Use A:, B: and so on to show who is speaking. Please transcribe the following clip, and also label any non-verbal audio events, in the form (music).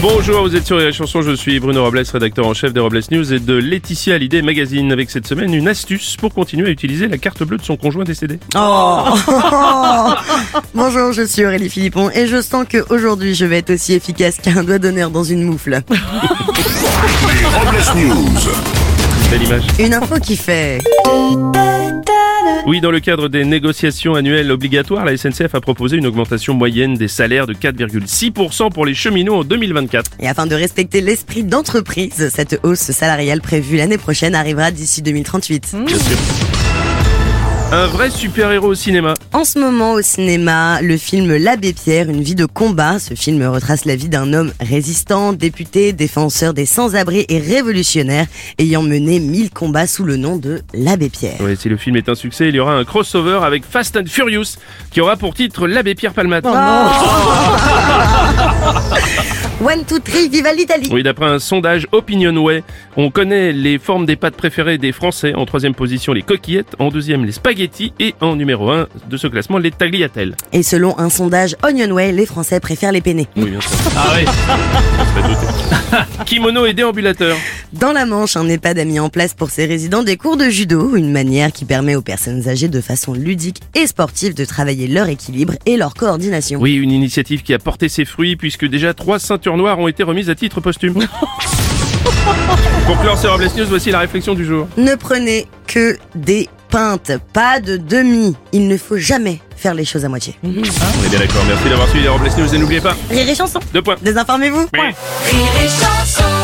A: Bonjour, vous êtes sur les chansons, je suis Bruno Robles, rédacteur en chef des Robles News et de Laetitia Hallyday Magazine avec cette semaine une astuce pour continuer à utiliser la carte bleue de son conjoint décédé.
B: Oh. (laughs) Bonjour, je suis Aurélie Philippon et je sens que aujourd'hui je vais être aussi efficace qu'un doigt d'honneur dans une moufle.
C: Les Robles News.
A: Belle image.
B: Une info qui fait.
A: Oui, dans le cadre des négociations annuelles obligatoires, la SNCF a proposé une augmentation moyenne des salaires de 4,6% pour les cheminots en 2024.
B: Et afin de respecter l'esprit d'entreprise, cette hausse salariale prévue l'année prochaine arrivera d'ici 2038.
A: Hmm. Un vrai super-héros au cinéma.
B: En ce moment au cinéma, le film L'Abbé Pierre, une vie de combat. Ce film retrace la vie d'un homme résistant, député, défenseur des sans-abri et révolutionnaire, ayant mené 1000 combats sous le nom de L'Abbé Pierre.
A: Ouais, si le film est un succès, il y aura un crossover avec Fast and Furious qui aura pour titre l'abbé Pierre Palmate.
B: Oh (laughs) One, two, three, viva l'Italie
A: Oui, d'après un sondage Opinionway, on connaît les formes des pâtes préférées des Français. En troisième position, les coquillettes. En deuxième, les spaghettis. Et en numéro un de ce classement, les tagliatelles.
B: Et selon un sondage Onionway, les Français préfèrent les peinés.
A: Oui, bien sûr. Ah (laughs) ouais Kimono et déambulateur.
B: Dans la Manche, un EHPAD a mis en place pour ses résidents des cours de judo, une manière qui permet aux personnes âgées de façon ludique et sportive de travailler leur équilibre et leur coordination.
A: Oui, une initiative qui a porté ses fruits puisque déjà trois ceintures noires ont été remises à titre posthume. (laughs) Pour clore ce Robles News, voici la réflexion du jour.
B: Ne prenez que des pintes, pas de demi. Il ne faut jamais faire les choses à moitié.
A: On est bien d'accord. Merci d'avoir suivi les Robles News et n'oubliez pas,
B: Rire et chanson
A: deux points.
B: Désinformez-vous
D: Rire et chanson